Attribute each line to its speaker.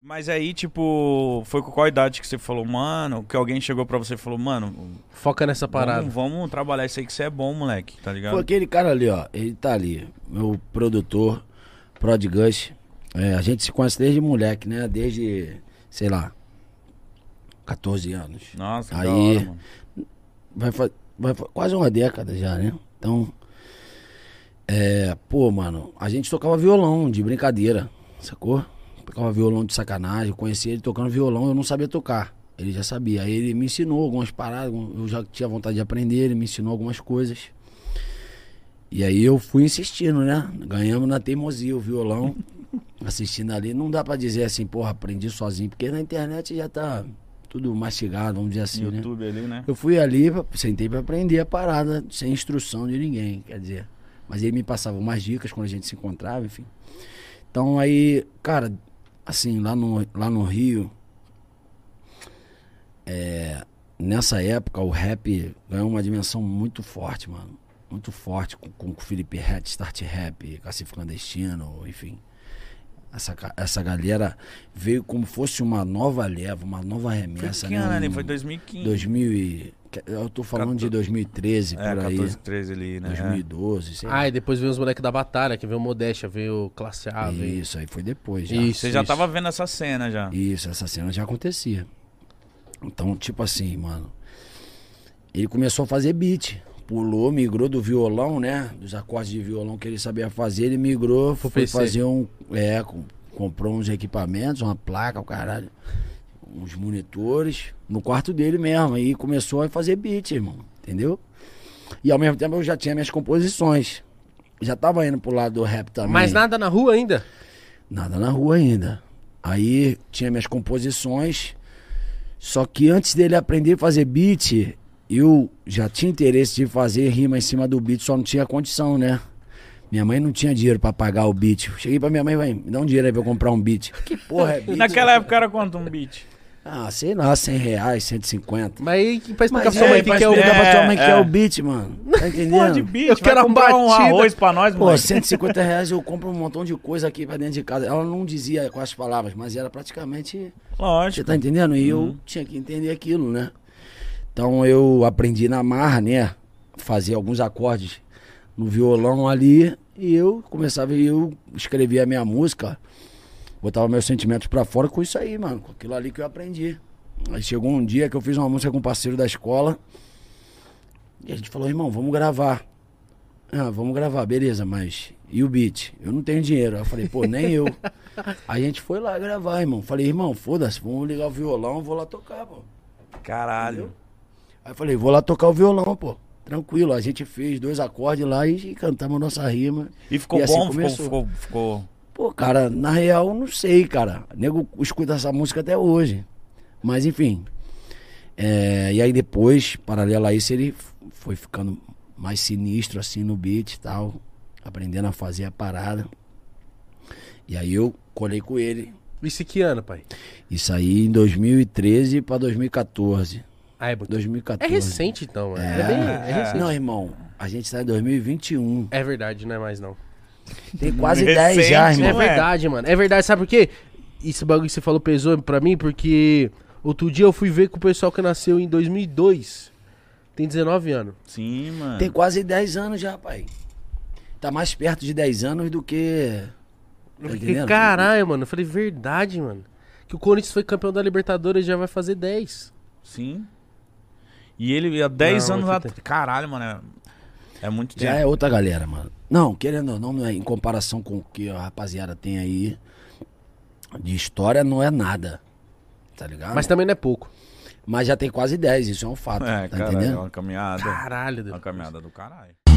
Speaker 1: Mas aí, tipo, foi com qual idade que você falou, mano? Que alguém chegou pra você e falou, mano,
Speaker 2: Foca nessa parada.
Speaker 1: vamos, vamos trabalhar isso aí que você é bom, moleque, tá ligado?
Speaker 3: Foi aquele cara ali, ó. Ele tá ali. Meu produtor, Prodigus. É, a gente se conhece desde moleque, né? Desde, sei lá, 14 anos.
Speaker 1: Nossa, que
Speaker 3: Aí-
Speaker 1: da hora, mano.
Speaker 3: vai, fa- vai fa- quase uma década já, né? Então, é, pô, mano, a gente tocava violão de brincadeira, sacou? Tocava violão de sacanagem, eu conheci ele tocando violão, eu não sabia tocar. Ele já sabia. Aí ele me ensinou algumas paradas, eu já tinha vontade de aprender, ele me ensinou algumas coisas. E aí eu fui insistindo, né? Ganhamos na teimosia o violão. Assistindo ali, não dá pra dizer assim, porra, aprendi sozinho, porque na internet já tá tudo mastigado, vamos dizer assim, né?
Speaker 1: YouTube ali, né?
Speaker 3: Eu fui ali, pra- sentei pra aprender a parada, sem instrução de ninguém, quer dizer. Mas ele me passava umas dicas quando a gente se encontrava, enfim. Então aí, cara, assim, lá no, lá no Rio, é, nessa época o rap ganhou uma dimensão muito forte, mano. Muito forte, com, com o Felipe Ret, Start Rap, Cacife Clandestino, enfim. Essa, ca- essa galera veio como fosse uma nova leva, uma nova
Speaker 1: Foi
Speaker 3: remessa.
Speaker 1: que
Speaker 3: né?
Speaker 1: ano ali?
Speaker 3: Um-
Speaker 1: Foi 2015.
Speaker 3: 2000 e- Eu tô falando de 2013,
Speaker 1: É,
Speaker 3: por aí.
Speaker 1: 14, 13 ali, né?
Speaker 3: 2012, sei lá.
Speaker 2: Ah, e depois veio os moleques da batalha, que veio o Modéstia, veio o Classe
Speaker 1: tá
Speaker 2: A, veio.
Speaker 3: isso, aí foi depois já.
Speaker 1: É. Você já tava vendo essa cena já.
Speaker 3: Isso, essa cena já acontecia. Então, tipo assim, mano. Ele começou a fazer beat. Pulou, migrou do violão, né? Dos acordes de violão que ele sabia fazer, ele migrou,
Speaker 2: Pro
Speaker 3: foi
Speaker 2: PC.
Speaker 3: fazer um. É, com- comprou uns equipamentos, uma placa, o caralho. Uns monitores, no quarto dele mesmo. Aí começou a fazer beat, irmão. Entendeu? E ao mesmo tempo eu já tinha minhas composições. Já tava indo pro lado do rap também.
Speaker 2: Mas nada na rua ainda?
Speaker 3: Nada na rua ainda. Aí tinha minhas composições. Só que antes dele aprender a fazer beat, eu já tinha interesse de fazer rima em cima do beat, só não tinha condição, né? Minha mãe não tinha dinheiro pra pagar o beat. Cheguei pra minha mãe, vai, me dá um dinheiro aí pra eu comprar um beat. Que porra é beat?
Speaker 1: Naquela época era quanto um beat?
Speaker 3: Ah, sei lá, 100 reais, 150.
Speaker 2: Mas aí, que- pra explicar pra
Speaker 3: Mas
Speaker 2: sua
Speaker 3: é,
Speaker 2: mãe o
Speaker 3: pra
Speaker 2: que que é o...
Speaker 3: explicar pra tua
Speaker 1: É,
Speaker 3: mãe que
Speaker 1: é.
Speaker 3: é o beat, mano. Tá
Speaker 1: Porra de
Speaker 3: entendendo?
Speaker 1: beat.
Speaker 2: Eu
Speaker 1: vai
Speaker 2: quero uma
Speaker 1: comprar um
Speaker 2: batida.
Speaker 1: arroz pra nós, mano.
Speaker 3: Pô, 150 reais eu compro um montão de coisa aqui pra dentro de casa. Ela não dizia com as palavras, mas era praticamente Você
Speaker 1: Lógico.
Speaker 3: tá entendendo? E eu tinha que entender aquilo, né? Então eu aprendi na marra, né? Fazer alguns acordes no violão ali. E eu começava, e eu escrevia a minha música, botava meus sentimentos pra fora com isso aí, mano. Com aquilo ali que eu aprendi. Aí chegou um dia que eu fiz uma música com um parceiro da escola. E a gente falou, irmão, vamos gravar. Ah, vamos gravar, beleza, mas. E o beat? Eu não tenho dinheiro. Aí eu falei, pô, nem eu. A gente foi lá gravar, irmão. Falei, irmão, foda-se, vamos ligar o violão, vou lá tocar, pô.
Speaker 1: Caralho.
Speaker 3: Aí eu falei, vou lá tocar o violão, pô. Tranquilo, a gente fez dois acordes lá e, e cantamos a nossa rima.
Speaker 1: E ficou
Speaker 3: E assim
Speaker 1: bom? Ficou,
Speaker 3: começou.
Speaker 1: ficou, ficou.
Speaker 3: Pô, cara, na real, não sei, cara. Nego escuta essa música até hoje. Mas, enfim. É, e aí depois, paralelo a isso, ele f- foi ficando mais sinistro, assim, no beat e tal. Aprendendo a fazer a parada. E aí eu colei com ele.
Speaker 2: Isso que ano, pai?
Speaker 3: Isso aí em 2013 pra 2014.
Speaker 2: Ah, é, muito-
Speaker 3: 2014.
Speaker 2: é recente, então, mano. É, bem... é recente.
Speaker 3: Não, irmão, a gente tá em 2021.
Speaker 2: É verdade, não é mais, não.
Speaker 3: Tem quase
Speaker 1: Recente,
Speaker 3: 10 já,
Speaker 1: né?
Speaker 3: irmão.
Speaker 2: É
Speaker 1: Não é?
Speaker 2: verdade, mano. É verdade, sabe por quê? Esse bagulho que você falou pesou pra mim, porque outro dia eu fui ver com o pessoal que nasceu em 2002. Tem 19 anos.
Speaker 1: Sim, mano.
Speaker 3: Tem quase 10 anos já, pai. Tá mais perto de 10 anos do que.
Speaker 2: Eu
Speaker 3: Tá
Speaker 2: fiquei,
Speaker 3: entendendo?
Speaker 2: caralho, mano. Eu falei, verdade, mano. Que o Corinthians foi campeão da Libertadores já vai fazer 10.
Speaker 1: Sim. E ele há 10
Speaker 2: Não,
Speaker 1: anos
Speaker 2: muito
Speaker 1: atrás. Caralho, mano. é- É muito tempo.
Speaker 3: tá- Já é outra galera, mano. Não, querendo ou não, não é, em comparação com o que a rapaziada tem aí, de história não é nada. Tá ligado?
Speaker 2: Mas
Speaker 3: Mas,
Speaker 2: também não é pouco.
Speaker 3: já tem quase 10, isso é um fato.
Speaker 1: É,
Speaker 3: tá
Speaker 1: caralho, é
Speaker 3: entendendo?
Speaker 1: uma caminhada.
Speaker 2: Caralho,
Speaker 1: É
Speaker 2: Deus.
Speaker 1: uma caminhada do caralho.